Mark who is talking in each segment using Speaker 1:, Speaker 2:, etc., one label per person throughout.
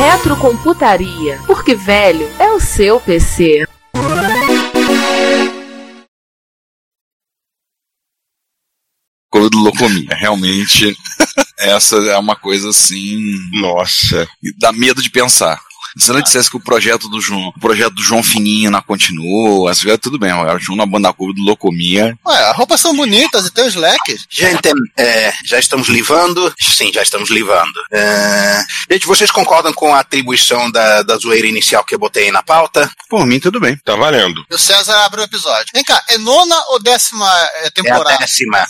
Speaker 1: Retrocomputaria, porque velho é o seu PC.
Speaker 2: Coisa do locomia. Realmente, essa é uma coisa assim.
Speaker 3: Nossa.
Speaker 2: e dá medo de pensar. Se ela dissesse que o projeto do João, o projeto do João Fininho na continua, assim, é tudo bem, o João na banda curva do Locomia.
Speaker 4: Ué, as roupas são bonitas e tem os leques.
Speaker 3: Gente, é, já estamos livando? Sim, já estamos livando. É, gente, vocês concordam com a atribuição da, da zoeira inicial que eu botei aí na pauta? É
Speaker 2: Por mim, tudo bem.
Speaker 5: Tá valendo.
Speaker 4: E o César abre o episódio. Vem cá, é nona ou décima eh, temporada?
Speaker 3: É a décima.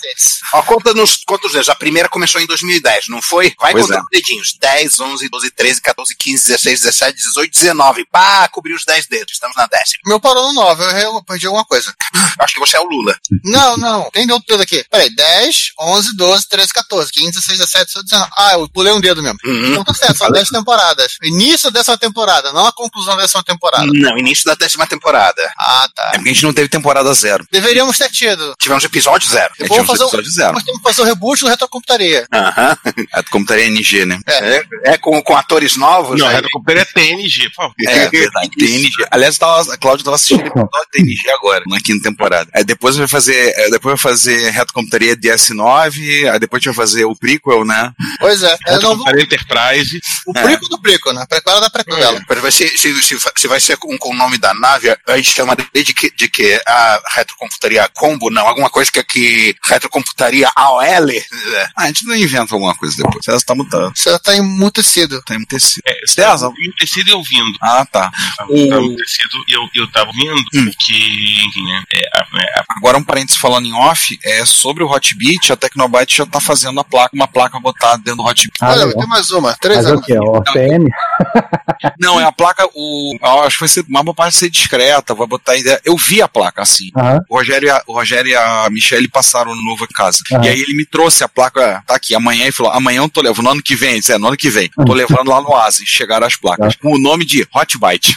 Speaker 3: Ó, conta nos quantos anos. A primeira começou em 2010, não foi? Vai
Speaker 2: Pois
Speaker 3: contando
Speaker 2: é.
Speaker 3: os dedinhos. 10, 11, 12, 13, 14, 15, 16, 17, 18, 19. Pá, cobriu os 10 dedos. Estamos na décima.
Speaker 4: O Meu parou no 9, eu errei- perdi alguma coisa.
Speaker 3: Acho que você é o Lula.
Speaker 4: Não, não, tem outro dedo aqui. Peraí, 10, 11, 12, 13, 14, 15, 16, 17, 18, 19. Ah, eu pulei um dedo mesmo.
Speaker 3: Uhum.
Speaker 4: Então tá certo, são 10 temporadas. Início dessa temporada, não a conclusão dessa temporada.
Speaker 3: Não, início da décima temporada.
Speaker 4: Ah, tá.
Speaker 2: É porque a gente não teve temporada zero.
Speaker 4: Deveríamos ter tido.
Speaker 3: Tivemos episódio zero.
Speaker 2: É,
Speaker 4: bom
Speaker 2: tivemos
Speaker 4: fazer um-
Speaker 2: episódio
Speaker 3: Tá.
Speaker 2: zero.
Speaker 4: Nós temos que fazer o reboot do Retrocomputaria.
Speaker 3: Aham.
Speaker 2: É, como estaria NG, né?
Speaker 3: É, é com, com atores novos?
Speaker 5: Não,
Speaker 3: aí-
Speaker 5: Reto Computador é TNG, por favor.
Speaker 2: É verdade, TNG. Aliás, tava, a Cláudia tava assistindo o episódio de TNG agora, na quinta temporada. Aí depois vai fazer, é, depois vai fazer Reto Computaria DS9, aí depois a gente vai fazer o prequel, né?
Speaker 4: Pois é, é
Speaker 5: Reto
Speaker 4: novo,
Speaker 5: Computador Enterprise.
Speaker 4: o
Speaker 3: É.
Speaker 4: prico do prico, né? Prepara da prequela.
Speaker 3: Mas vai ser, se, se, se vai ser com, com o nome da nave, a gente chama de, de, que, de que a retrocomputaria combo, não, alguma coisa que, que retrocomputaria AOL. né?
Speaker 2: Ah, a gente não inventa alguma coisa depois. César tá mutando.
Speaker 4: Você tá emutecido.
Speaker 2: Tá emutecido. César?
Speaker 5: Eu um tecido e ouvindo.
Speaker 2: Ah, tá.
Speaker 5: Eu tava tecido e eu, eu tava ouvindo, porque, enfim, é, é, a- é,
Speaker 2: Agora um parênteses falando em off, é sobre o Hotbit, a Tecnobyte já tá fazendo a placa, uma placa botada dentro do Hotbit.
Speaker 6: Ah,
Speaker 4: Olha,
Speaker 6: legal.
Speaker 4: tem mais uma, três
Speaker 6: Mas é o
Speaker 4: anos.
Speaker 6: que? O OPM?
Speaker 2: Não, é a placa, o, eu acho que vai ser uma boa parte vai ser discreta, vai botar ideia. Eu vi a placa assim.
Speaker 6: Aham.
Speaker 2: O Rogério, e a, o Rogério e a Michelle passaram no novo em casa.
Speaker 6: Aham.
Speaker 2: E aí ele me trouxe a placa, tá aqui, amanhã, e falou: amanhã eu tô levando, no ano que vem, é, no ano que vem. Tô levando lá no Asi, chegaram as placas, com o nome de Hot Bite.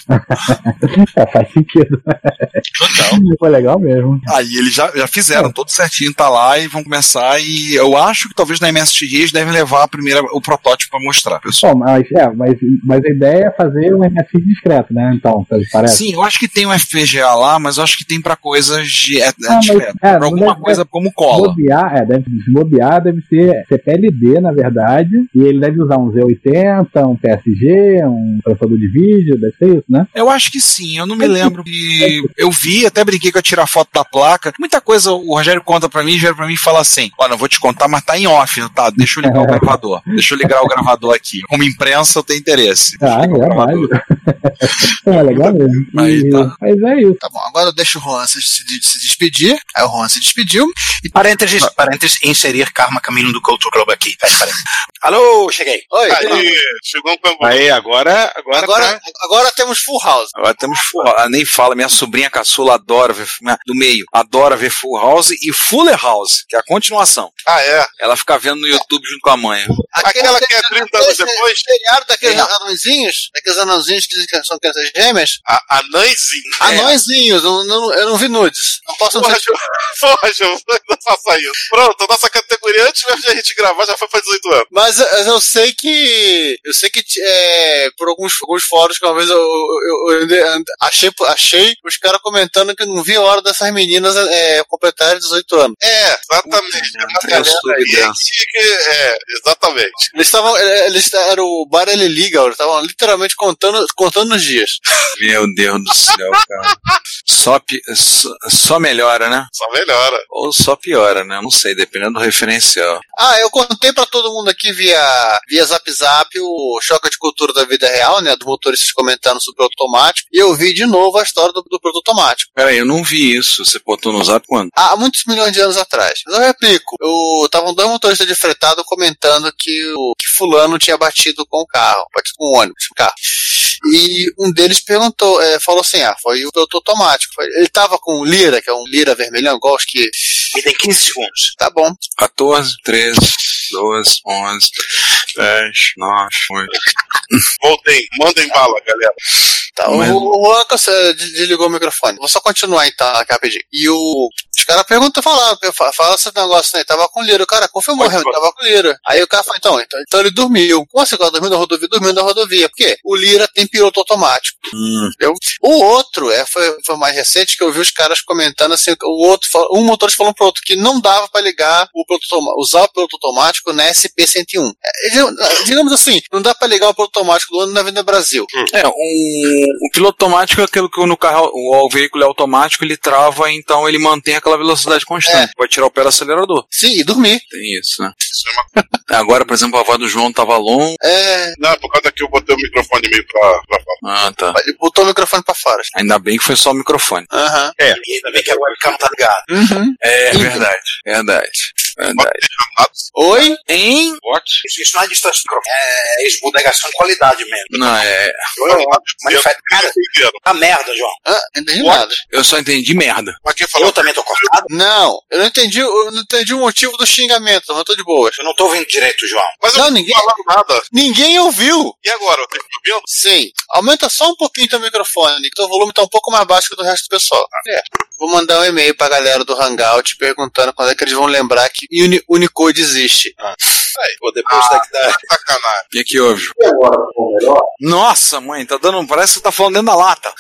Speaker 6: É, faz sentido.
Speaker 5: total.
Speaker 6: Foi legal mesmo.
Speaker 2: Então.
Speaker 6: É.
Speaker 2: Aí eles já, já fizeram, tudo certinho, tá lá e vão começar. E eu acho que talvez na MSX eles devem levar a primeira, o protótipo pra mostrar, pessoal.
Speaker 6: Bom, mas, é, mas, mas a ideia é fazer um MSI discreto, né? Então, parece.
Speaker 2: Sim, eu acho que tem um FPGA lá, mas eu acho que tem pra coisas de. É, é,
Speaker 6: mas-
Speaker 2: direto,
Speaker 6: é,
Speaker 2: pra alguma
Speaker 6: mas-
Speaker 2: coisa como
Speaker 6: Se
Speaker 2: cola.
Speaker 6: Bobear, é, deve, se bobear deve ser CPLD, na verdade, e ele deve usar um Z80, um PSG, um processador de vídeo, deve ser isso, né?
Speaker 2: Eu acho que sim, eu não
Speaker 6: É
Speaker 2: me lembro que eu vi, até brinquei que eu tirar foto da placa. Muita coisa o Rogério conta pra mim, vira pra mim e fala assim: "Olha, eu vou te contar, mas tá em off, tá? Deixa eu ligar o gravador. Deixa eu ligar o gravador aqui. Como imprensa eu tenho interesse." Deixa eu
Speaker 6: Ah,
Speaker 2: ligar o
Speaker 6: é
Speaker 2: gravador.
Speaker 6: válido. é legal mesmo.
Speaker 2: Aí
Speaker 6: E-
Speaker 2: tá.
Speaker 6: Mas é isso.
Speaker 4: Tá bom, agora eu deixo o Juan se, se, se despedir. Aí o Juan se despediu.
Speaker 3: Parênteses, parênteses, inserir Karma Camilo do Couto Globo aqui. Fecha parênteses. Alô, cheguei.
Speaker 4: Oi,
Speaker 5: Aí,
Speaker 7: Chegou um campo.
Speaker 5: aí, agora, agora,
Speaker 7: tá.
Speaker 4: agora, agora temos Full House.
Speaker 2: Agora temos Full House. Ah, Nem fala, minha sobrinha caçula adora ver minha- do meio, adora ver Full House e Fuller House, que é a continuação.
Speaker 7: Ah, é.
Speaker 2: Ela fica vendo no YouTube junto com a mãe.
Speaker 7: Aquela que é 30 anos depois,
Speaker 4: Seriado daqueles anãozinhos, daqueles anãozinhos que dizem que são crianças gêmeas.
Speaker 7: a, a Nanzinha.
Speaker 3: Ah,
Speaker 4: Anõezinhos, eu não, eu não vi nudes. Não posso não
Speaker 7: É. Porra,
Speaker 4: ser.
Speaker 7: João, porra, João, não faça isso. Pronto, a nossa categoria antes mesmo de a gente gravar já foi pra 18 anos.
Speaker 4: Mas, mas eu sei que. Eu sei que é, por alguns, alguns fóruns que uma vez eu, eu- eu andei- and- achei, achei os caras comentando que não vi a hora dessas meninas é, completarem 18 anos.
Speaker 7: É, exatamente.
Speaker 2: Puta,
Speaker 7: Uma galera
Speaker 2: sou
Speaker 7: aí
Speaker 2: criança.
Speaker 7: que- que- é, exatamente.
Speaker 4: Eles estavam. Eles eram o Bar Ele Liga, eles estavam literalmente contando, contando os dias.
Speaker 2: Meu Deus do céu, cara. Só, pi- só- só melhora, né?
Speaker 7: Só melhora.
Speaker 2: Ou só piora, né? Não sei, dependendo do referencial.
Speaker 4: Ah, eu contei pra todo mundo aqui via, via Zap Zap o Choque de Cultura da Vida Real, né? Dos motoristas comentando sobre o automático. E eu vi de novo a história do, do piloto automático.
Speaker 2: Peraí, eu não vi isso. Você botou no zap quando?
Speaker 4: Há muitos milhões de anos atrás. Mas eu replico. Eu estavam dois motoristas de fretado comentando que, o, que fulano tinha batido com o carro. Batido com o ônibus, com o carro. E um deles perguntou, é, falou assim: ah, foi o piloto automático. Ele tava com o Lira, que é um Lira vermelhão, igual os que.
Speaker 3: Me tem 15 segundos.
Speaker 4: Tá bom.
Speaker 2: 14, 13, 12, 11, 10, 9, 8.
Speaker 7: Voltei. Mandem bala, galera.
Speaker 4: Tá, o-
Speaker 2: Mas-
Speaker 4: o Juan canse- de- desligou o microfone. Vou só continuar então aqui rapidinho. E o, os caras perguntam, falaram, fa- fala esse negócio, né? Tava com lira. O cara confirmou,
Speaker 7: Pode
Speaker 4: realmente, tava com lira. Aí o cara falou, então, então, então ele dormiu. Como assim, o cara dormiu na rodovia? Dormiu na rodovia. Por quê? O lira tem piloto automático. Entendeu? O outro, é, foi, foi mais recente, que eu vi os caras comentando assim, o outro, fala- um motorista falando pro outro que não dava pra ligar o piloto automa- usar o piloto automático na SP-101. É, digamos- digamos assim, não dá pra ligar o piloto automático do ano na Avenida Brasil.
Speaker 2: É, um, o piloto automático é aquilo que no carro, o, o veículo é automático, ele trava, então ele mantém aquela velocidade constante.
Speaker 7: É.
Speaker 2: Pode tirar o pé do acelerador.
Speaker 4: Sim, e dormir.
Speaker 2: Tem isso, né? Agora, por exemplo, a voz do João tava longa.
Speaker 4: É,
Speaker 7: Não, é por causa que eu botei o microfone meio pra, pra falar.
Speaker 2: Ah, tá.
Speaker 4: Ele botou o microfone pra fora.
Speaker 2: Ainda bem que foi só o microfone.
Speaker 4: Aham.
Speaker 3: E É, ainda bem que a webcam tá ligada.
Speaker 2: É verdade. Verdade. Verdade.
Speaker 4: Oi?
Speaker 2: Hein?
Speaker 3: Isso, isso não é distância do microfone. É esbudegação de qualidade mesmo.
Speaker 2: Não, é.
Speaker 3: Mas faz cara,
Speaker 7: Entenderam?
Speaker 3: tá merda, João.
Speaker 4: Ah, não entendi
Speaker 7: What?
Speaker 4: nada.
Speaker 2: Eu só entendi merda.
Speaker 7: Mas quem
Speaker 3: Eu
Speaker 7: falou?
Speaker 3: também tô cortado.
Speaker 4: Não, eu não entendi, eu não entendi o motivo do xingamento, mas eu tô de boas.
Speaker 3: Eu não tô ouvindo direito, João.
Speaker 7: Mas eu
Speaker 4: Não, ninguém,
Speaker 7: falaram nada.
Speaker 4: ninguém ouviu.
Speaker 7: E agora? Eu
Speaker 3: tá
Speaker 7: tenho que ouvir?
Speaker 4: Sim. Aumenta só um pouquinho teu microfone, que teu volume tá um pouco mais baixo que o do resto do pessoal.
Speaker 3: Ah,
Speaker 4: É. Vou mandar um e-mail pra galera do Hangout perguntando quando é que eles vão lembrar que Uni Unicode existe.
Speaker 3: Pô, depois daqui da.
Speaker 7: Sacanagem.
Speaker 2: E aqui houve? Nossa, mãe, tá dando. Parece que você tá falando dentro da lata.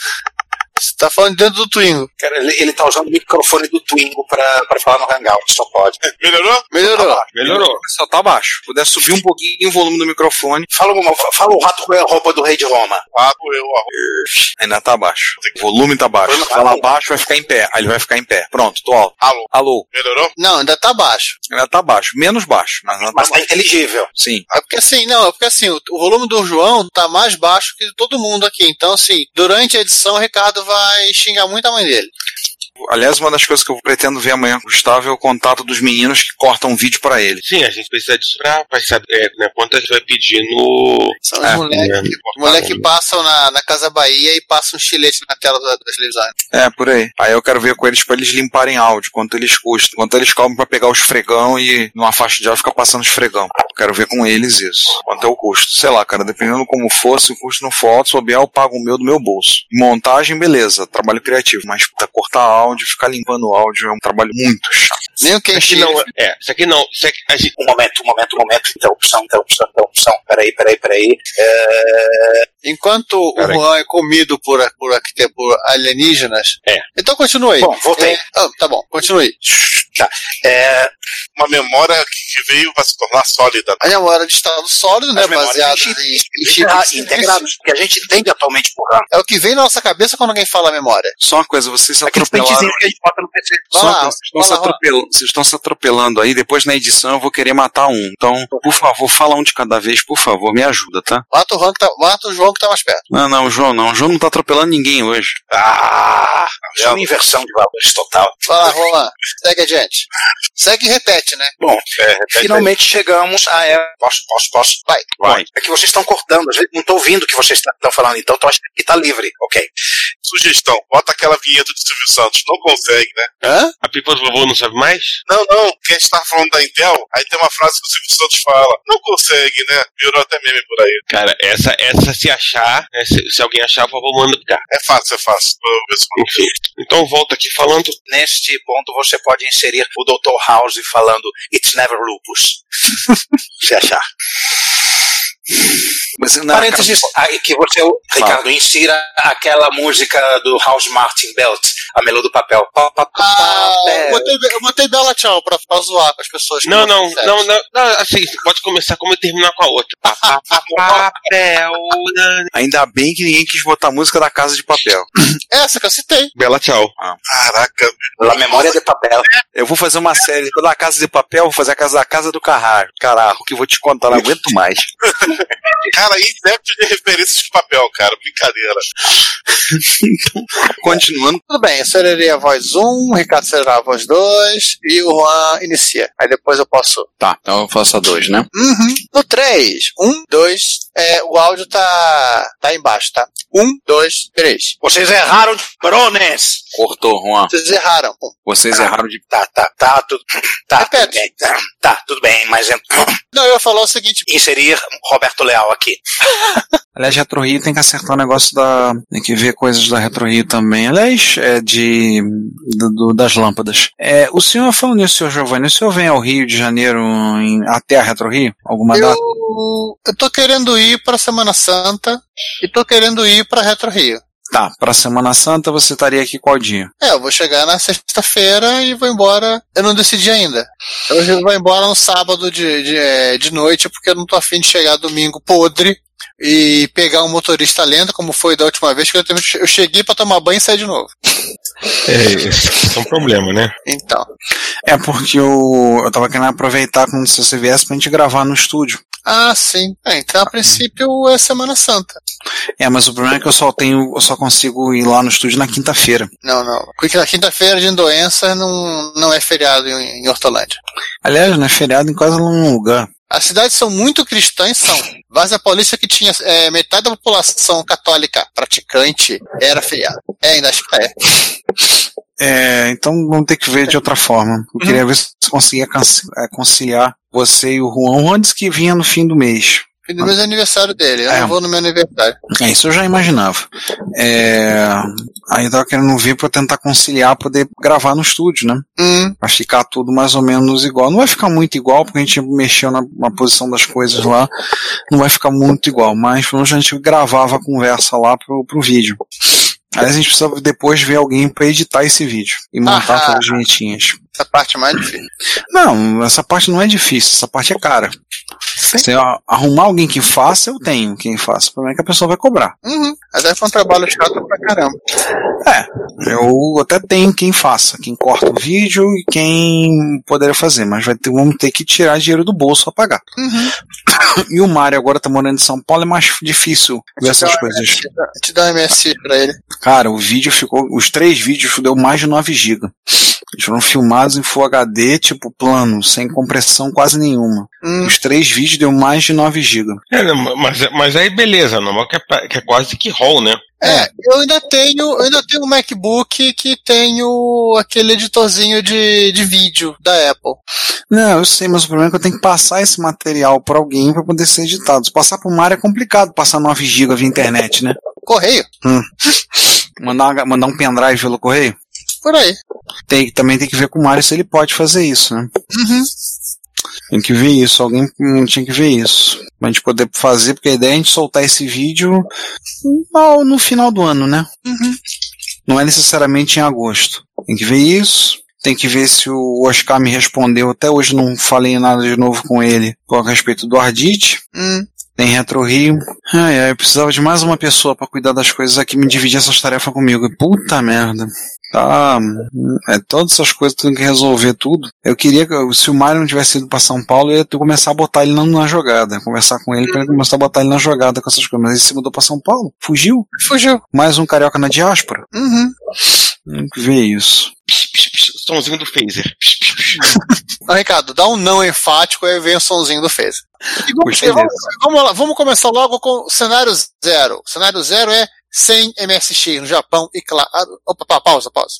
Speaker 4: Você tá falando dentro do Twingo.
Speaker 3: Cara, ele, ele tá usando o microfone do Twingo pra, pra falar no Hangout, só pode. Tá
Speaker 7: Melhorou?
Speaker 4: Melhorou.
Speaker 2: Melhorou. Só tá baixo. Puder subir um pouquinho o volume do microfone,
Speaker 3: Fala, o- fala o rato com a roupa do rei de Roma.
Speaker 7: Ah, eu, ó.
Speaker 2: ainda tá baixo. O volume tá baixo. Fala baixo, vai ficar em pé. Aí ele vai ficar em pé. Pronto, tô alto.
Speaker 7: Alô?
Speaker 2: Alô,
Speaker 7: Melhorou?
Speaker 4: Não, ainda tá baixo.
Speaker 2: ainda tá baixo. Menos baixo, mas ainda tá
Speaker 3: Mas tá
Speaker 2: baixo.
Speaker 3: inteligível.
Speaker 2: Sim.
Speaker 4: É porque assim, não, é porque assim, o, o volume do João tá mais baixo que de todo mundo aqui. Então, assim, durante a edição o Ricardo vai xingar muito a mãe dele.
Speaker 2: Aliás, uma das coisas que eu pretendo ver amanhã com o Gustavo é o contato dos meninos que cortam um vídeo pra ele.
Speaker 5: Sim, a gente precisa disso pra, pra saber é, né, quanto a gente vai pedir no.
Speaker 4: São
Speaker 2: É,
Speaker 4: os moleques
Speaker 5: né,
Speaker 4: moleque que passam na, na Casa Bahia e passam um chilete na tela da, da televisão.
Speaker 2: É, por aí. Aí eu quero ver com eles pra eles limparem áudio, quanto eles custam, quanto eles cobram pra pegar os fregão e numa faixa de áudio ficar passando os fregão. Eu quero ver com eles isso. Quanto é o custo? Sei lá, cara, dependendo como for, se o custo não for alto, souber, eu pago o meu do meu bolso. Montagem, beleza, trabalho criativo, mas puta, cortar áudio, ficar limpando o áudio é um trabalho muito chato.
Speaker 4: Nem o Ken
Speaker 5: Isso aqui
Speaker 4: Chile.
Speaker 5: não, é- é, isso aqui não. Isso aqui, a gente,
Speaker 3: Um momento, um momento, um momento. Interrupção, interrupção, interrupção. Peraí, peraí, peraí.
Speaker 4: Enquanto o
Speaker 5: Peraí.
Speaker 4: Juan é comido por, por, arquite- por alienígenas.
Speaker 5: É.
Speaker 4: Então continue.
Speaker 3: Bom, voltei.
Speaker 4: É, ah, tá bom, continue.
Speaker 3: É,
Speaker 7: Uma memória que que veio vai se tornar sólida.
Speaker 4: A memória de estado sólido, né?
Speaker 3: as memórias
Speaker 4: Baseado
Speaker 3: em
Speaker 4: em, em
Speaker 3: chips
Speaker 4: chips.
Speaker 3: integrados, porque a gente entende atualmente por ano.
Speaker 4: É o que vem na nossa cabeça quando alguém fala a memória.
Speaker 2: Só uma coisa, vocês se
Speaker 3: Aqueles
Speaker 2: atropelaram.
Speaker 3: pentezinhos É que a gente bota no PC.
Speaker 2: Só
Speaker 4: Vai
Speaker 2: uma
Speaker 4: lá,
Speaker 2: coisa, vocês estão
Speaker 4: vai
Speaker 2: se
Speaker 4: lá, vai lá.
Speaker 2: atropelando- vocês estão se atropelando aí, depois na edição eu vou querer matar um. Então, por favor, fala um de cada vez, por favor, me ajuda, tá?
Speaker 4: Mata o, Juan que tá, mata o João que tá mais perto.
Speaker 2: Não, não, o João não. O João não tá atropelando ninguém hoje.
Speaker 3: Ah, isso é uma inversão de valores total.
Speaker 4: Fala, Juan. Segue adiante. Segue e repete, né?
Speaker 3: Bom, finalmente chegamos a. é, Posso, posso, posso. Vai.
Speaker 2: Vai.
Speaker 3: É que vocês estão cortando, às vezes não estou ouvindo o que vocês estão falando, então estou achando que tá livre. Ok.
Speaker 7: Sugestão, bota aquela vinheta do Silvio Santos. Não consegue, né?
Speaker 4: Hã?
Speaker 5: a pipa do vovô não sabe mais?
Speaker 7: Não, não, porque a gente tava falando da Intel, aí tem uma frase que o Silvio Santos fala. Não consegue, né? Virou até meme por aí.
Speaker 5: Cara, essa, essa se achar, né, se, se alguém achar, por favor, manda cá.
Speaker 7: É fácil, é fácil. Eu vou ver se eu
Speaker 5: Enfim. Então volta aqui falando.
Speaker 3: Neste ponto você pode inserir o Dr. House falando It's never lupus. Se achar.
Speaker 2: Mas não,
Speaker 3: Parênteses, aí Ah, que você, Ricardo, insira aquela música do House Martin Belt, a melô do papel. Pa, pa, pa,
Speaker 4: Ah,
Speaker 3: papel.
Speaker 4: botei, eu botei Bela Tchau pra, pra zoar com as pessoas. que
Speaker 5: Não,
Speaker 4: gostam
Speaker 5: não,
Speaker 4: de sexo.
Speaker 5: não, não, não, assim, você pode começar como e terminar com a outra. Pa, pa, pa, Papel. né?
Speaker 2: Ainda bem que ninguém quis botar a música da Casa de Papel.
Speaker 4: Essa que eu citei.
Speaker 5: Bela tchau.
Speaker 3: Caraca,
Speaker 8: La memória de papel.
Speaker 2: Eu vou fazer uma série da Casa de Papel, vou fazer a casa da Casa do Carraro. Caraca, que eu vou te contar, não aguento mais.
Speaker 7: Cara, inepto de referências de papel, cara. Brincadeira.
Speaker 2: Então, Continuando.
Speaker 4: Tudo bem, eu serei a voz 1, o Ricardo será a voz 2 e o Juan inicia. Aí depois eu posso.
Speaker 2: Tá, então eu faço a dois, né?
Speaker 4: Uhum. No 3. 1, 2. É, o áudio tá, tá embaixo, tá? 1, 2, 3.
Speaker 3: vocês erraram de brones.
Speaker 2: Cortou, Juan.
Speaker 4: Vocês erraram. Um.
Speaker 2: Vocês erraram de.
Speaker 3: Tá, tá, tá, tudo, tá, tudo
Speaker 4: Repete.
Speaker 3: bem, tá, tá, tudo bem, mas ent-
Speaker 4: Não, eu ia falar o seguinte.
Speaker 3: inserir Roberto Leal aqui.
Speaker 2: Aliás, Retro Rio tem que acertar o negócio da. Tem que ver coisas da Retro Rio também. Aliás, é de. do- do- das lâmpadas. É, o senhor, falando nisso, senhor Giovanni, o senhor vem ao Rio de Janeiro em- até a Retro Rio? Alguma
Speaker 4: Eu,
Speaker 2: data?
Speaker 4: eu tô querendo ir pra Semana Santa e tô querendo ir pra Retro Rio.
Speaker 2: Tá, pra Semana Santa você estaria aqui qual dia?
Speaker 4: É, eu vou chegar na sexta-feira e vou embora. Eu não decidi ainda. Eu vou embora no sábado de, de, eh, de noite, porque eu não tô afim de chegar domingo podre e pegar um motorista lento, como foi da última vez, que eu, te- eu cheguei pra tomar banho e sair de novo.
Speaker 5: É, isso é um problema, né?
Speaker 4: Então.
Speaker 2: É porque eu, eu tava querendo aproveitar quando se você viesse pra gente gravar no estúdio.
Speaker 4: Ah, sim. É, então, a princípio, é Semana Santa.
Speaker 2: É, mas o problema é que eu só tenho, eu só consigo ir lá no estúdio na quinta-feira.
Speaker 4: Não, não. Porque na quinta-feira de doença não, não é feriado em, em Hortolândia.
Speaker 2: Aliás, não é feriado em quase nenhum lugar.
Speaker 4: As cidades são muito cristãs, são. Vaza Paulista, que tinha eh, metade da população católica praticante, era feriado. É, ainda acho que é.
Speaker 2: É, então vamos ter que ver de outra forma. Eu queria ver se eu conseguia canci- é, conciliar você e o Juan. O Juan disse que vinha no fim do mês.
Speaker 4: Fim do mês é aniversário dele, eu
Speaker 2: É.
Speaker 4: não vou no meu aniversário.
Speaker 2: É, isso eu já imaginava. É, aí eu tava querendo ver pra eu tentar conciliar, poder gravar no estúdio, né?
Speaker 4: Hum,
Speaker 2: Vai ficar tudo mais ou menos igual. Não vai ficar muito igual, porque a gente mexeu na, na posição das coisas lá. Não vai ficar muito igual, mas pelo menos a gente gravava a conversa lá pro, pro vídeo. Aí a gente precisa depois ver alguém pra editar esse vídeo e montar
Speaker 4: Ahá.
Speaker 2: todas as vinhetinhas.
Speaker 4: essa parte é mais difícil.
Speaker 2: Não, essa parte não é difícil, essa parte é cara. Se eu arrumar alguém que faça, eu tenho quem faça. O problema é que a pessoa vai cobrar.
Speaker 4: Uhum. Mas aí foi um trabalho chato pra caramba.
Speaker 2: Eu até tenho quem faça, quem corta o vídeo e quem poderia fazer, mas vai ter, vamos ter que tirar dinheiro do bolso pra pagar.
Speaker 4: Uhum.
Speaker 2: E o Mário agora tá morando em São Paulo, é mais difícil ver essas
Speaker 4: Te dá um
Speaker 2: coisas.
Speaker 4: MSI pra- Te dá um MSI pra ele.
Speaker 2: Cara, o vídeo ficou. Os três vídeos deu mais de 9 GB. Eles foram filmados em Full HD, tipo plano, sem compressão quase nenhuma.
Speaker 4: Hum,
Speaker 2: Os três vídeos deu mais de 9 GB.
Speaker 5: É, não, mas, mas aí beleza, normal que é, pra- que é quase que roll, né?
Speaker 4: É, eu ainda tenho, eu ainda tenho um MacBook que tem o- aquele editorzinho de, de vídeo da Apple.
Speaker 2: Não, eu sei, mas o problema é que eu tenho que passar esse material pra alguém pra poder ser editado. Se passar pro Mário é complicado passar 9 GB via internet, né?
Speaker 4: Correio,
Speaker 2: Mandar, uma- mandar um pendrive pelo correio?
Speaker 4: por aí.
Speaker 2: Tem, também tem que ver com o Mário se ele pode fazer isso, né?
Speaker 4: Uhum.
Speaker 2: Tem que ver isso, alguém hum, tinha que ver isso. Pra gente poder fazer, porque a ideia é a gente soltar esse vídeo ao- no final do ano, né? Não é necessariamente em agosto. Tem que ver isso. Tem que ver se o Oscar me respondeu. Até hoje não falei nada de novo com ele com a respeito do Ardite.
Speaker 4: Hum.
Speaker 2: Tem Retro Rio. Ai, ai, eu precisava de mais uma pessoa pra cuidar das coisas aqui, me dividir essas tarefas comigo. Puta merda. Tá. hum, É, todas essas coisas tem que resolver tudo. Eu queria que, eu- se o Mário não tivesse ido pra São Paulo, eu ia ter- começar a botar ele na, na jogada. Conversar com ele pra ele começar a botar ele na jogada com essas coisas. Mas ele se mudou pra São Paulo? Fugiu?
Speaker 4: Fugiu.
Speaker 2: Mais um carioca na diáspora?
Speaker 4: Uhum.
Speaker 2: Tem que ver isso.
Speaker 5: Psh, psh, psh, Somzinho do phaser. Psh, psh, psh.
Speaker 4: Não, Ricardo, dá um não enfático aí vem o sonzinho do Fez. E vamos,
Speaker 2: Gostei
Speaker 4: e vamos- vamos lá, vamos começar logo com o cenário zero. O cenário zero é 100 MSX no Japão e claro. Opa, pa- pausa, pausa.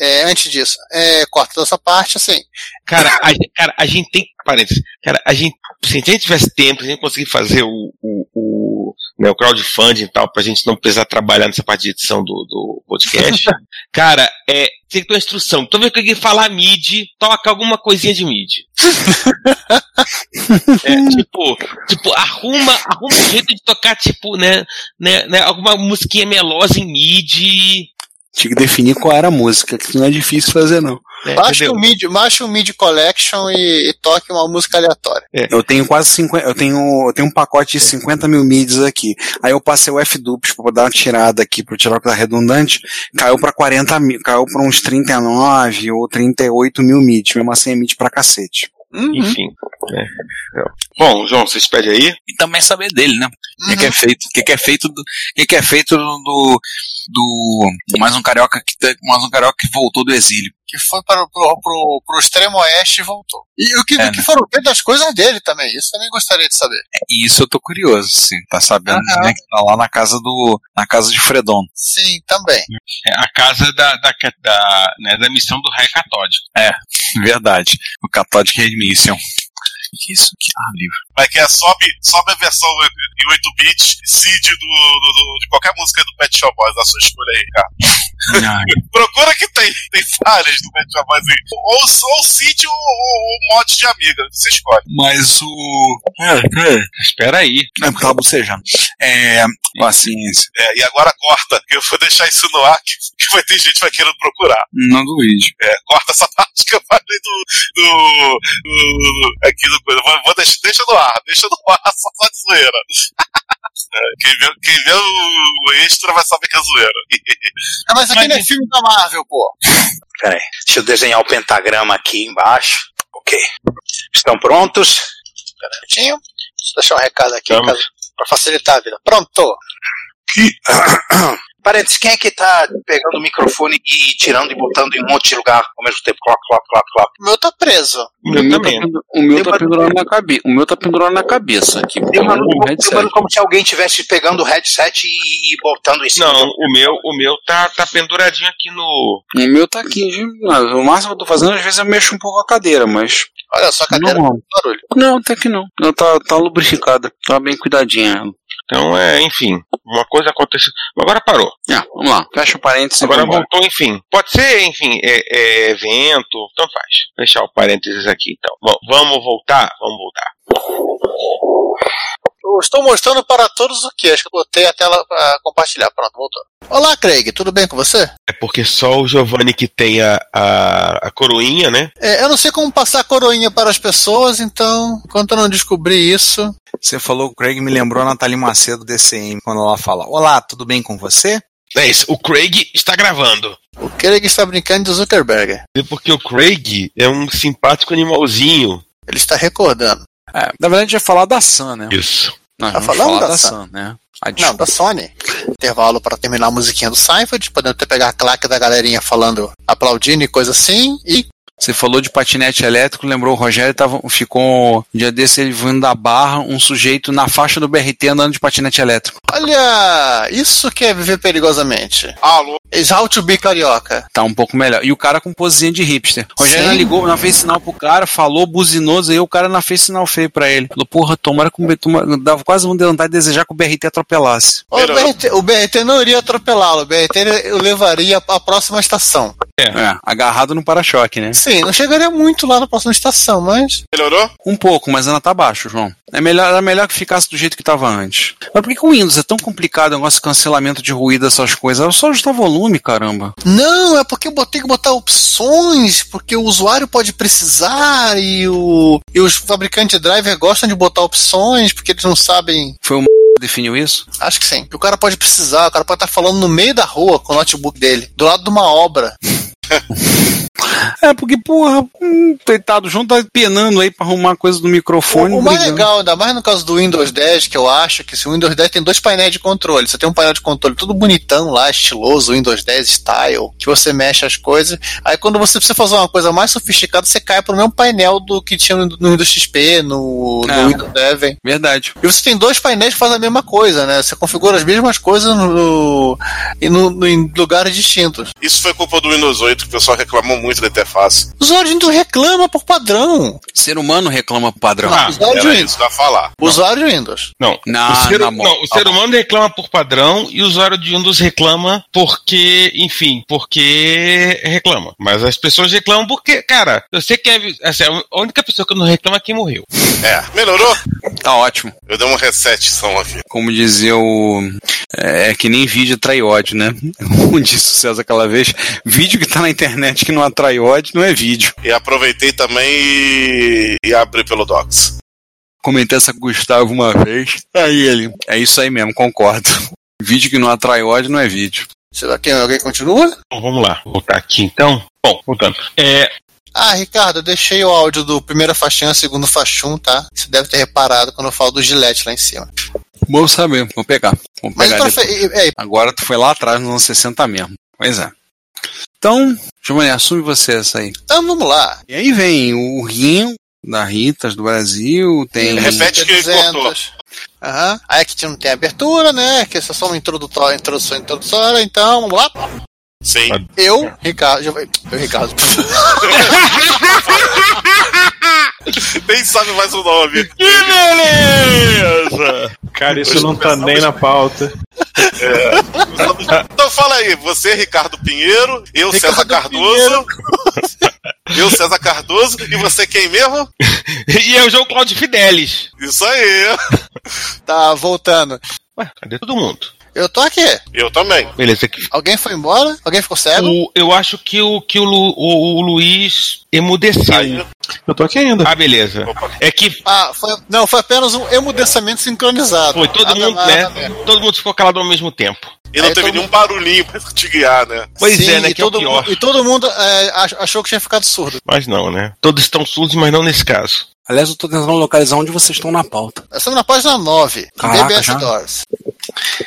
Speaker 4: É, antes disso, é, corta toda essa parte, assim.
Speaker 5: Cara, a, gen- cara, a gente tem. Parênteses. Cara, a gente. Se a gente tivesse tempo, se a gente conseguir fazer o, o, o, né, o crowdfunding e tal, pra gente não precisar trabalhar nessa parte de edição do, do podcast. cara, é, tem que ter uma instrução. Toda vez que alguém falar MIDI, toca alguma coisinha de MIDI. É, tipo, tipo, arruma, arruma um jeito de tocar, tipo, né, né, né, alguma musiquinha melosa em MIDI.
Speaker 2: Tinha que definir qual era a música, que não é difícil fazer, não.
Speaker 5: É,
Speaker 4: Baixa
Speaker 5: entendeu?
Speaker 4: o, MIDI, baixa o MIDI Collection e, e toque uma música aleatória.
Speaker 2: Eu tenho quase 50. Eu tenho, eu tenho um pacote de 50 mil MIDs aqui. Aí eu passei o F-Dupes pra dar uma tirada aqui, pra tirar o que tá redundante. Caiu pra 40 mil. Caiu pra uns 39 ou 38 mil MIDs. Mesmo assim é MID pra cacete.
Speaker 5: Enfim. né? Bom, João, vocês pedem aí?
Speaker 2: E também saber dele, né? O que, que é feito? O que, que é feito do. O que, que é feito do. do mais um carioca que tá- mais um carioca que voltou do exílio.
Speaker 4: Que foi para, o- pro, pro, pro extremo oeste e voltou. E o que,
Speaker 2: É,
Speaker 5: né?
Speaker 4: o que foram ver das coisas dele também. Isso também gostaria de saber.
Speaker 2: E isso eu tô curioso, sim. Tá sabendo,
Speaker 4: Aham.
Speaker 2: né? Que tá lá na casa do. na casa de Fredon.
Speaker 4: Sim, também.
Speaker 5: É a casa da, da, da, né, da missão do Rei Catódico.
Speaker 2: Verdade. O Católico Remission.
Speaker 8: é
Speaker 2: Que isso aqui? Ah, livro.
Speaker 7: Mas que é sobe, sobe a versão em 8 bits seed do, do- do- de qualquer música do Pet Shop Boys, da sua escolha aí, cara. Procura que tem, tem várias do Pet Shop Boys aí. Ou, ou seed ou, ou, ou mod de amiga, você escolhe.
Speaker 2: Mas o. É, é.
Speaker 5: Espera aí.
Speaker 2: É, tá bocejando. É. Paciência.
Speaker 7: É, e agora corta, que eu vou deixar isso no ar, que, que vai ter gente que vai querendo procurar.
Speaker 2: Não duvide.
Speaker 7: É, corta essa parte que eu falei do. do. do aqui do coisa. Vou, vou deixar, deixa no ar, deixa no ar, só só de zoeira. É, Quem vê, quem vê o extra vai saber que é zoeira.
Speaker 4: Ah, mas aquele é filme da Marvel, pô.
Speaker 3: Deixa eu desenhar o pentagrama aqui embaixo. Ok. Estão prontos?
Speaker 4: Tinha. Deixa eu deixar um recado aqui
Speaker 5: Vamos.
Speaker 4: caso- pra facilitar a vida. Pronto.
Speaker 3: Parentes, quem é que tá pegando o microfone e tirando e botando em um monte de lugar ao mesmo tempo? Clop, clop, clop, clop.
Speaker 4: O meu tá preso.
Speaker 5: O meu
Speaker 8: tá
Speaker 5: também.
Speaker 8: pendu- o meu
Speaker 3: Tem
Speaker 8: tá
Speaker 3: uma-
Speaker 8: pendurado na cabeça. O meu tá pendurado na cabeça aqui.
Speaker 3: Tem uma
Speaker 8: com o headset.
Speaker 3: barulho como se alguém estivesse pegando o headset e, e botando em cima.
Speaker 5: Não, o meu, o meu tá, tá penduradinho aqui no.
Speaker 8: O meu tá aqui. de- O máximo que eu tô fazendo, às vezes eu mexo um pouco a cadeira, mas.
Speaker 4: Olha só a cadeira
Speaker 8: Normal.
Speaker 4: com barulho.
Speaker 8: Não, até que não. Ela tá, tá lubrificada. Tá bem cuidadinha.
Speaker 5: Então, é, enfim. Uma coisa aconteceu. Agora parou.
Speaker 8: Ah, vamos lá. Fecha o parênteses. e
Speaker 5: Agora
Speaker 8: vambora.
Speaker 5: voltou, enfim. Pode ser, enfim, é, é, evento. Então faz. Fechar o parênteses aqui, então. Bom, vamos voltar? Vamos voltar.
Speaker 4: Eu estou mostrando para todos o que? Acho que eu botei a tela pra compartilhar. Pronto, voltou. Olá, Craig, tudo bem com você?
Speaker 5: É porque só o Giovanni que tem a, a, a coroinha, né?
Speaker 4: É, eu não sei como passar a coroinha para as pessoas, então, enquanto eu não descobrir isso.
Speaker 2: Você falou, o Craig me lembrou a Nathalie Macedo do DCM, quando ela fala: Olá, tudo bem com você?
Speaker 5: É isso. O Craig está gravando.
Speaker 4: O Craig está brincando de Zuckerberg.
Speaker 5: É porque o Craig é um simpático animalzinho.
Speaker 4: Ele está recordando.
Speaker 8: É, na verdade, ia falar da Sun,
Speaker 2: Ah,
Speaker 8: né?
Speaker 5: Isso.
Speaker 8: Nós
Speaker 4: Tá
Speaker 8: vamos
Speaker 4: falando
Speaker 8: falar
Speaker 4: da
Speaker 8: da
Speaker 4: Sun?
Speaker 8: Sun, né? A
Speaker 4: Não, da Sony. Intervalo para terminar a musiquinha do Seinfeld, podendo até pegar a claque da galerinha falando, aplaudindo e coisa assim. E
Speaker 2: Você falou de patinete elétrico, lembrou o Rogério, tava, ficou um dia desse ele vindo da barra, um sujeito na faixa do BRT andando de patinete elétrico.
Speaker 4: olha, isso que é viver perigosamente.
Speaker 7: Alô,
Speaker 4: Is how to be carioca.
Speaker 2: Tá um pouco melhor. E o cara com posezinha de hipster. O Rogério
Speaker 4: Sim.
Speaker 2: ligou, não fez sinal pro cara, falou, buzinou, aí o cara não fez sinal feio pra ele. Falou, porra, tomara que o BRT toma- dava quase um vontade de desejar que o BRT atropelasse.
Speaker 4: O BRT, o BRT não iria atropelá-lo, o BRT eu levaria à próxima estação.
Speaker 2: É, agarrado no para-choque, né?
Speaker 4: Sim, não chegaria muito lá na próxima estação, mas.
Speaker 7: melhorou?
Speaker 2: Um pouco, mas ainda tá baixo, João. É melhor, era melhor que ficasse do jeito que tava antes. Mas por que, que o Windows é tão complicado o negócio de cancelamento de ruído, essas coisas? É só ajustar volume, caramba.
Speaker 4: Não, é porque eu botei que botar opções, porque o usuário pode precisar e, o, e os fabricantes de driver gostam de botar opções, porque eles não sabem.
Speaker 2: Foi o m... que definiu isso?
Speaker 4: Acho que sim. O cara pode precisar, o cara pode estar falando no meio da rua com o notebook dele, do lado de uma obra.
Speaker 2: É, porque, porra, um coitado João tá penando aí pra arrumar coisa do microfone.
Speaker 4: O mais
Speaker 2: brigando.
Speaker 4: legal, ainda mais no caso do Windows 10, que eu acho que se o Windows 10 tem dois painéis de controle. Você tem um painel de controle todo bonitão lá, estiloso, Windows 10 Style, que você mexe as coisas. Aí quando você precisa fazer uma coisa mais sofisticada, você cai pro mesmo painel do que tinha no no Windows XP, no, no
Speaker 2: É.
Speaker 4: Windows 10.
Speaker 2: Verdade.
Speaker 4: E você tem dois painéis que fazem a mesma coisa, né? Você configura as mesmas coisas no, e no- no- em lugares distintos.
Speaker 7: Isso foi culpa do Windows 8, que o pessoal reclamou muito da interface.
Speaker 4: O usuário de Windows reclama por padrão.
Speaker 2: Ser humano reclama pro padrão.
Speaker 5: Ah,
Speaker 4: o usuário de
Speaker 7: Era
Speaker 4: Windows.
Speaker 7: isso que eu ia falar.
Speaker 4: O usuário de Windows.
Speaker 5: Não.
Speaker 2: Não,
Speaker 5: o ser,
Speaker 2: na moral. Tá
Speaker 5: não, o ser humano reclama por padrão e o usuário de Windows reclama porque, enfim, porque reclama. Mas as pessoas reclamam porque, cara, você quer. Assim, a única pessoa que não reclama é quem morreu.
Speaker 7: É, melhorou?
Speaker 2: Tá ótimo.
Speaker 7: Eu dei um resetzão aqui.
Speaker 2: Como dizia o. É, é que nem vídeo atrai ódio, né? Como disse o César aquela vez, vídeo que tá na internet que não atrai VOD não é vídeo.
Speaker 7: E aproveitei também e, e abri pelo Docs.
Speaker 2: Comentei essa com o Gustavo uma vez. Aí ele, é isso aí mesmo, concordo. Vídeo que não atrai ódio não é vídeo.
Speaker 4: Será que alguém continua?
Speaker 5: Bom, Então, vamos lá, vou voltar aqui então. Bom, voltando. É,
Speaker 4: Ah, Ricardo, eu deixei o áudio do primeira faixinha, segundo faixum, tá? Você deve ter reparado quando eu falo do gilete lá em cima.
Speaker 2: Bom saber, tá vou pegar. Vou
Speaker 4: Mas
Speaker 2: pegar
Speaker 4: pra
Speaker 2: depois.
Speaker 4: fe- é,
Speaker 2: Agora tu foi lá atrás nos anos 60 mesmo. Pois é. Então, Giovanni, assume você essa aí.
Speaker 4: então vamos lá.
Speaker 2: E aí vem o Rinho, da Ritas do Brasil, tem.
Speaker 7: Repete que cortou.
Speaker 4: 300. Aham. Aí aqui não tem abertura, né? Que isso é só uma introdutória, introdução introdutória, então vamos lá.
Speaker 7: Sim.
Speaker 4: Eu, Ricardo, já vai- eu, Ricardo,
Speaker 7: Nem sabe mais o nome.
Speaker 5: que beleza!
Speaker 9: Cara, isso não tá nem na pauta.
Speaker 7: Então fala aí, você, Ricardo Pinheiro, eu,
Speaker 4: Ricardo
Speaker 7: César Cardoso. eu, César Cardoso, e você quem mesmo?
Speaker 5: E é o João Cláudio Fidelis.
Speaker 7: Isso aí.
Speaker 4: tá voltando.
Speaker 5: Ué, cadê todo mundo?
Speaker 4: Eu tô aqui.
Speaker 7: Eu também.
Speaker 5: Beleza, aqui.
Speaker 4: Alguém foi embora? Alguém ficou cego?
Speaker 5: O, eu acho que o, que o, Lu- o- o Luiz emudeceu.
Speaker 7: Aí.
Speaker 9: Eu tô aqui ainda.
Speaker 5: Ah, beleza. É que
Speaker 4: Ah, foi, não, foi apenas um emudecimento sincronizado. Ah,
Speaker 5: foi todo
Speaker 4: Nada
Speaker 5: mundo,
Speaker 4: mais,
Speaker 5: né?
Speaker 4: nada menos.
Speaker 5: Todo mundo ficou calado ao mesmo tempo.
Speaker 7: E não
Speaker 4: Aí
Speaker 7: teve
Speaker 4: todo-
Speaker 7: nenhum barulhinho pra te guiar, né?
Speaker 5: Pois
Speaker 4: Sim,
Speaker 5: é, né?
Speaker 4: e
Speaker 5: Que é o
Speaker 4: todo
Speaker 5: pior.
Speaker 4: mu- E todo mundo é, ach- achou que tinha ficado surdo.
Speaker 5: Mas não, né? Todos estão surdos, mas não nesse caso.
Speaker 2: Aliás, eu tô tentando localizar onde vocês estão na pauta.
Speaker 4: Nós estamos na página 9,
Speaker 2: Caraca,
Speaker 4: BBS
Speaker 2: já?
Speaker 4: Doors.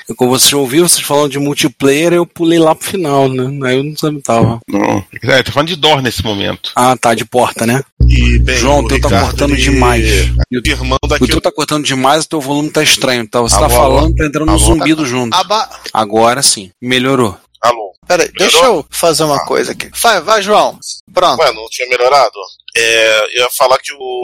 Speaker 2: E Como vocês ouviram, vocês falando de multiplayer, eu pulei lá pro final, né? Aí eu não sabia tava.
Speaker 5: Não. É, tô falando de dor nesse momento.
Speaker 2: Ah, tá, de porta, né?
Speaker 7: E, bem,
Speaker 2: João, o teu tá
Speaker 7: Ricardo,
Speaker 2: cortando
Speaker 7: ele-
Speaker 2: demais.
Speaker 7: Irmão
Speaker 2: O
Speaker 7: daquilo.
Speaker 2: teu tá cortando demais, o teu volume tá estranho, tá? Você
Speaker 5: Alô,
Speaker 2: tá
Speaker 5: alô.
Speaker 2: falando, tá entrando um
Speaker 5: Alô.
Speaker 2: zumbido junto.
Speaker 4: Aba...
Speaker 2: Agora sim, melhorou.
Speaker 7: Alô.
Speaker 4: Peraí, deixa eu fazer uma coisa aqui. Vai, vai, João. Pronto.
Speaker 7: Ué, não tinha melhorado? É, eu ia falar que o.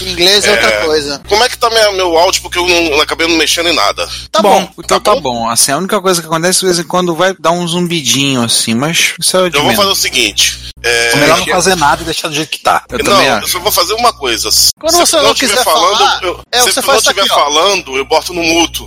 Speaker 4: Em inglês é outra coisa.
Speaker 7: Como é que tá minha- meu áudio? Porque eu não acabei não mexendo em nada.
Speaker 4: Tá bom.
Speaker 2: o teu tá, bom. Assim, a única coisa que acontece de vez em quando vai dar um zumbidinho assim, mas isso é de
Speaker 7: Eu vou
Speaker 2: menos.
Speaker 7: fazer o seguinte. É,
Speaker 2: melhor não fazer nada e deixar do jeito que tá. Eu também
Speaker 7: não, eu
Speaker 2: acho.
Speaker 7: só vou fazer uma coisa. Se
Speaker 4: Quando
Speaker 7: eu
Speaker 4: você não
Speaker 7: estiver
Speaker 4: quiser falar,
Speaker 7: eu-
Speaker 4: é o que
Speaker 7: se
Speaker 4: você
Speaker 7: eu não
Speaker 4: faz
Speaker 7: estiver
Speaker 4: aqui, ó.
Speaker 7: falando, eu boto no mudo.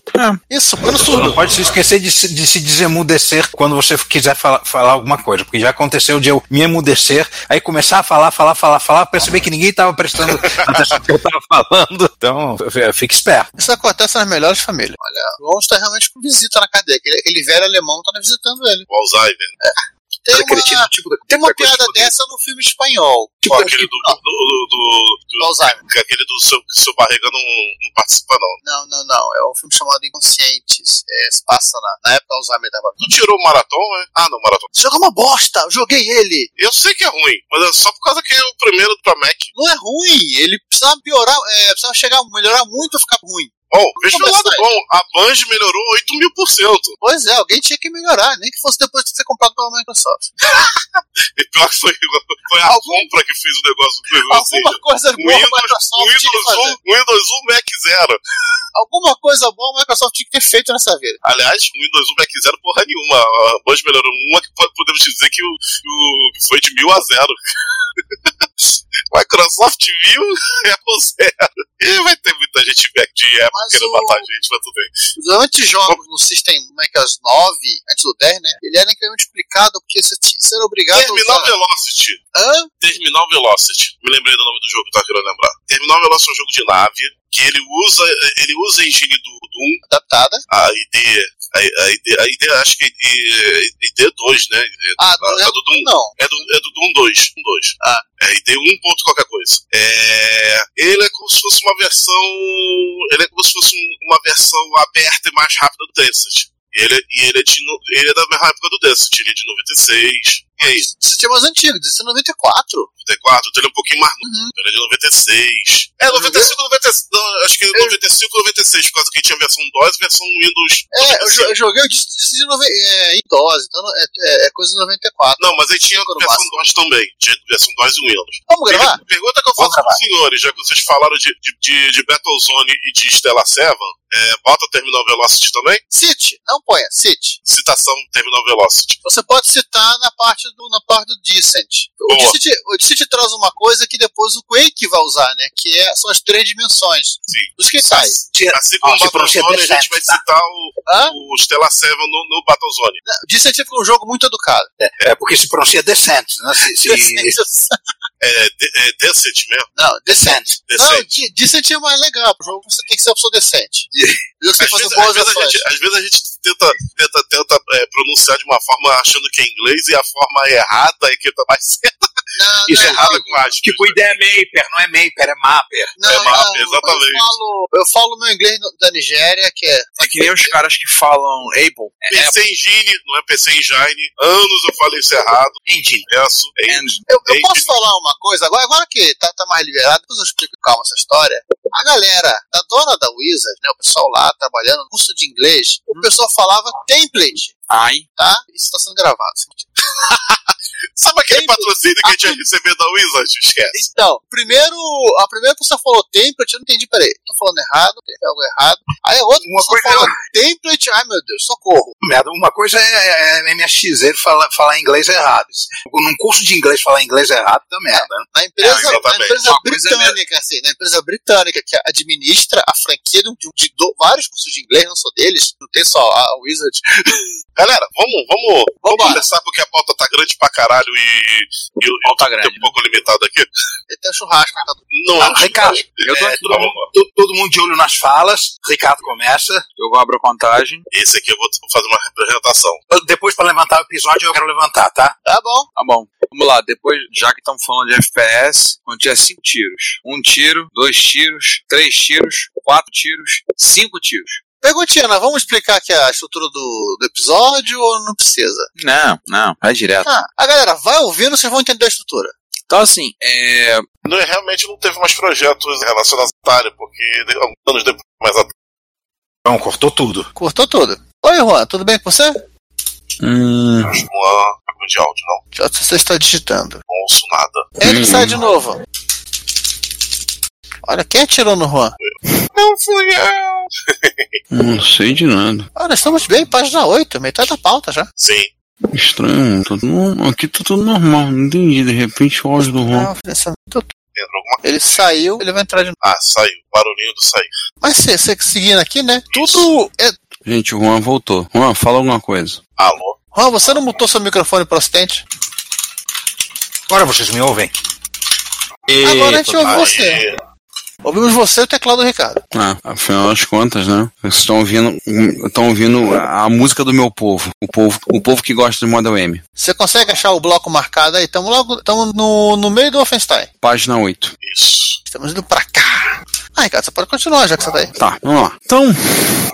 Speaker 4: Isso, ficando surdo.
Speaker 8: Pode se esquecer de, se- de se desemudecer quando você quiser fala- falar alguma coisa, porque já aconteceu de eu me emudecer, aí começar a falar, falar, falar, falar, perceber que ninguém estava prestando atenção no que eu estava falando. Então, f- fique esperto.
Speaker 4: Isso acontece nas melhores famílias. Olha, o João está realmente com visita na cadeia. Aquele, aquele velho alemão tá visitando ele.
Speaker 7: O Alzheimer.
Speaker 4: Tem uma, tem uma piada dessa no filme espanhol.
Speaker 7: Tipo, aquele do, do, do, do- do-
Speaker 4: Alzheimer.
Speaker 7: Aquele do seu, que seu barriga não, não participa, não.
Speaker 4: Não, não, não. É um filme chamado Inconscientes. É, se passa na, na época Alzheimer tava.
Speaker 7: Tu tirou o maratom, né? Ah, não, maratom.
Speaker 4: Jogou é uma bosta! eu Joguei ele!
Speaker 7: Eu sei que é ruim, mas é só por causa que é o primeiro pra Mac.
Speaker 4: não é ruim. Ele precisava piorar, é, precisava chegar, melhorar muito pra ficar ruim.
Speaker 7: Bom, veja o
Speaker 4: Vamos
Speaker 7: lado
Speaker 4: começar.
Speaker 7: bom. A Banjo melhorou 8 mil por cento.
Speaker 4: Pois é, alguém tinha que melhorar, nem que fosse depois de ser comprado pela Microsoft.
Speaker 7: E pior que foi, foi a compra que fez o negócio. Foi, assim,
Speaker 4: Alguma coisa boa
Speaker 7: Windows-
Speaker 4: a
Speaker 7: o
Speaker 4: Microsoft tinha que
Speaker 7: Windows 1,
Speaker 4: fazer.
Speaker 7: o Windows 1 Mac Zero.
Speaker 4: Alguma coisa boa a Microsoft tinha que ter feito nessa vida.
Speaker 7: Aliás, o Windows 1 Mac Zero, porra nenhuma. A Banjo melhorou uma que pode- podemos dizer que o, o- que foi de mil a zero. Microsoft mil, Apple zero. E vai ter muita gente Mac de Apple
Speaker 4: Mas
Speaker 7: querendo
Speaker 4: o-
Speaker 7: matar a gente, mas tudo bem.
Speaker 4: Durante jogos no System é Makers 9, antes do 10, né? Ele era incrivelmente complicado porque você tinha que ser obrigado
Speaker 7: Terminal
Speaker 4: a usar.
Speaker 7: Velocity.
Speaker 4: Hã?
Speaker 7: Terminal Velocity. Me lembrei do nome do jogo, tá querendo lembrar. Terminal Velocity é um jogo de nave que ele usa, ele usa a engine do, do 1,
Speaker 4: Adaptada.
Speaker 7: a ID, a, a ID, a ID, acho que é ID, ID 2, né?
Speaker 4: Ah,
Speaker 7: A, a do Doom.
Speaker 4: não.
Speaker 7: É do, é do Doom 2. Doom 2. Ah. É ID 1 ponto qualquer coisa. É, ele é como se fosse uma versão. Ele é como se fosse um- uma versão aberta e mais rápida do Density. E ele, e ele, é, de, no- ele é da mesma época do Density, ele é de 96. E aí,
Speaker 4: Você tinha mais antigo, isso é 94.
Speaker 7: 94, então ele é um pouquinho mais novo.
Speaker 4: Uhum.
Speaker 7: Então Ele é de 96. É, 95, 96. Não, acho que é 95, 96, por causa que tinha versão DOS e versão Windows.
Speaker 4: É, eu,
Speaker 7: 95.
Speaker 4: jo- eu joguei o disco disco de nove, é, em dose, então é, é- é coisa de 94.
Speaker 7: Não, mas aí tinha
Speaker 4: Quando
Speaker 7: versão
Speaker 4: passa.
Speaker 7: DOS também. Tinha versão DOS e Windows.
Speaker 4: Vamos gravar?
Speaker 7: Pergunta que eu faço
Speaker 4: Vamos gravar.
Speaker 7: pros senhores, já que vocês falaram de, de, de, de Battlezone e de Stella Seven. É, bota terminal velocity também?
Speaker 4: Cite, não ponha, cite.
Speaker 7: Citação terminal velocity.
Speaker 4: Você pode citar na parte do, na parte do Decent. O
Speaker 7: Boa.
Speaker 4: Decent, o Decent traz uma coisa que depois o Quake vai usar, né? Que é- são as três dimensões.
Speaker 7: Sim.
Speaker 4: Os que sai.
Speaker 7: Assim como
Speaker 4: tipo,
Speaker 7: o Battlezone, a gente vai
Speaker 4: tá?
Speaker 7: citar o, o Stellar 7 no, no Battlezone.
Speaker 4: O Decent ficou um jogo muito educado.
Speaker 3: É, porque se pronuncia Descent, né? Se, se...
Speaker 7: É, de, é Decent mesmo?
Speaker 4: Não, Descent.
Speaker 7: Decent.
Speaker 4: Não, de- Decent é mais legal. O jogo você tem que ser uma pessoa decente. E você
Speaker 7: Às
Speaker 4: fazer
Speaker 7: vezes,
Speaker 4: boas
Speaker 7: às vezes a
Speaker 4: ações.
Speaker 7: gente, às vezes a gente tenta, tenta, tenta é, pronunciar de uma forma achando que é inglês e a forma errada é que tá mais certa. Isso é errada com aspas.
Speaker 3: Tipo, ideia é Maper, não é Maper, é Mapper.
Speaker 4: Não,
Speaker 7: é mapa,
Speaker 4: não,
Speaker 7: exatamente.
Speaker 4: Eu falo, eu falo meu inglês da Nigéria, que é.
Speaker 2: É que nem os caras que falam Able.
Speaker 7: PC Engine, não é PC Engine. Anos eu falei isso errado. É
Speaker 3: Engine.
Speaker 7: Verso, engine.
Speaker 4: Eu, eu posso falar uma coisa agora, agora que tá, tá mais liberado, depois eu explico com calma essa história. A galera da dona da Wizard, né, o pessoal lá trabalhando no curso de inglês,
Speaker 3: Hum.
Speaker 4: o pessoal falava template,
Speaker 2: Ai.
Speaker 4: tá? Isso tá sendo gravado.
Speaker 7: Sabe aquele patrocínio que a gente ia receber da Wizard? Esquece.
Speaker 4: Então, primeiro, a primeira pessoa falou template, eu não entendi, peraí, tô falando errado, tem algo errado. Aí a outra
Speaker 3: Uma
Speaker 4: pessoa
Speaker 3: coisa-
Speaker 4: falou template, ai meu Deus, socorro.
Speaker 3: Merda, uma coisa é, é MSXer falar, falar inglês errado. Num curso de inglês, falar inglês errado tá merda. né?
Speaker 4: Na empresa,
Speaker 7: É,
Speaker 4: na
Speaker 7: exatamente.
Speaker 4: empresa
Speaker 3: Uma coisa é
Speaker 4: britânica, assim, na empresa britânica que administra a franquia de, de- de do- vários cursos de inglês, não só deles, não tem só ah, a Wizard.
Speaker 7: Galera, vamos, vamos, vamos
Speaker 4: Vambora.
Speaker 7: começar porque a pauta tá grande pra caralho e, e, e eu tô um pouco limitado aqui.
Speaker 4: Ele tem um churrasco na casa do
Speaker 7: Não,
Speaker 3: Ah, Ricardo, eu tô
Speaker 7: é,
Speaker 3: aqui.
Speaker 7: tá, vamos lá.
Speaker 3: To- Todo mundo de olho nas falas. Ricardo começa.
Speaker 2: Eu abro a contagem.
Speaker 7: Esse aqui eu vou fazer uma representação.
Speaker 3: Eu- Depois, pra levantar o episódio, eu quero levantar, tá?
Speaker 4: Tá bom.
Speaker 2: Tá bom. Vamos lá, depois, já que estamos falando de FPS, quando tiver cinco tiros. Um tiro, dois tiros, três tiros, quatro tiros, cinco tiros.
Speaker 4: Perguntinha, nós vamos explicar aqui a estrutura do, do episódio ou não precisa?
Speaker 2: Não, não, vai direto.
Speaker 4: Ah, a galera vai ouvindo, vocês vão entender a estrutura.
Speaker 2: Então, assim, é,
Speaker 7: Não, realmente não teve mais projetos relacionados à área, porque de- alguns anos depois, mais atrás.
Speaker 3: Então, cortou tudo.
Speaker 4: Cortou tudo. Oi, Juan, tudo bem com você?
Speaker 7: Juan, algum de áudio, não
Speaker 4: Já que você está digitando.
Speaker 7: não ouço nada.
Speaker 4: Entra e sai de novo. Olha, quem atirou no Juan?
Speaker 7: Não fui eu!
Speaker 10: Não sei de nada.
Speaker 4: Olha, estamos bem, página 8, metade da pauta já.
Speaker 7: Sim.
Speaker 10: Estranho. tá tudo- aqui tá tudo normal. Não entendi. De repente o áudio do
Speaker 2: Hum.
Speaker 10: Ron.
Speaker 4: Não, essa-
Speaker 7: Entrou alguma coisa.
Speaker 4: Ele saiu, ele vai entrar de novo.
Speaker 7: Ah, saiu. Barulhinho do sair.
Speaker 4: Mas você, você seguindo aqui, né? Tudo. é-
Speaker 10: Gente, o Juan voltou. Juan, fala alguma coisa.
Speaker 7: Alô?
Speaker 4: Juan, você não mutou seu microfone pro acidente?
Speaker 3: Agora vocês me ouvem?
Speaker 4: Agora a gente ouve você.
Speaker 7: Aê.
Speaker 4: Ouvimos você e o teclado do Ricardo.
Speaker 10: Ah, afinal das contas, né? Vocês estão ouvindo, estão ouvindo a, a música do meu povo. O povo, o povo que gosta de Model M.
Speaker 4: Você consegue achar o bloco marcado aí? Estamos logo. Estamos no, no meio do Wolfenstein.
Speaker 10: Página 8.
Speaker 7: Isso.
Speaker 4: Estamos indo pra cá. Ah, Ricardo, você pode continuar já que você tá aí.
Speaker 10: Tá, vamos lá. Então,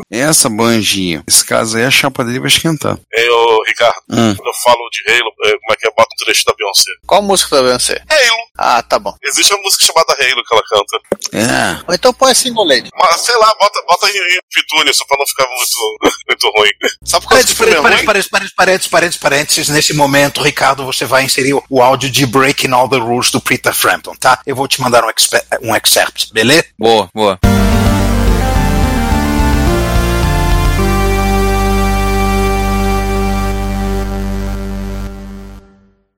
Speaker 10: essa banjinha. Esse caso aí, a chapa dele vai esquentar.
Speaker 7: Ei, ô, Ricardo,
Speaker 10: Hum.
Speaker 7: quando eu falo de Halo, é, como é que é? Bota um trecho da Beyoncé.
Speaker 4: Qual música tá vendo você?
Speaker 7: Halo.
Speaker 4: Ah, tá bom.
Speaker 7: Existe uma música chamada Halo que ela canta.
Speaker 2: Ah,
Speaker 10: É.
Speaker 4: Ou então põe Single Lady.
Speaker 7: Mas, sei lá, bota, bota em, em pitúnia, só pra não ficar muito, muito ruim. Sabe por causa
Speaker 3: Parênteses,
Speaker 7: do filme é
Speaker 3: parênteses,
Speaker 7: ruim?
Speaker 3: parênteses, parênteses, parênteses, parênteses, parênteses. Nesse momento, Ricardo, você vai inserir o- o áudio de Breaking All the Rules do Peter Frampton, tá? Eu vou te mandar um, expe- um excerpt, beleza?
Speaker 2: Boa, boa.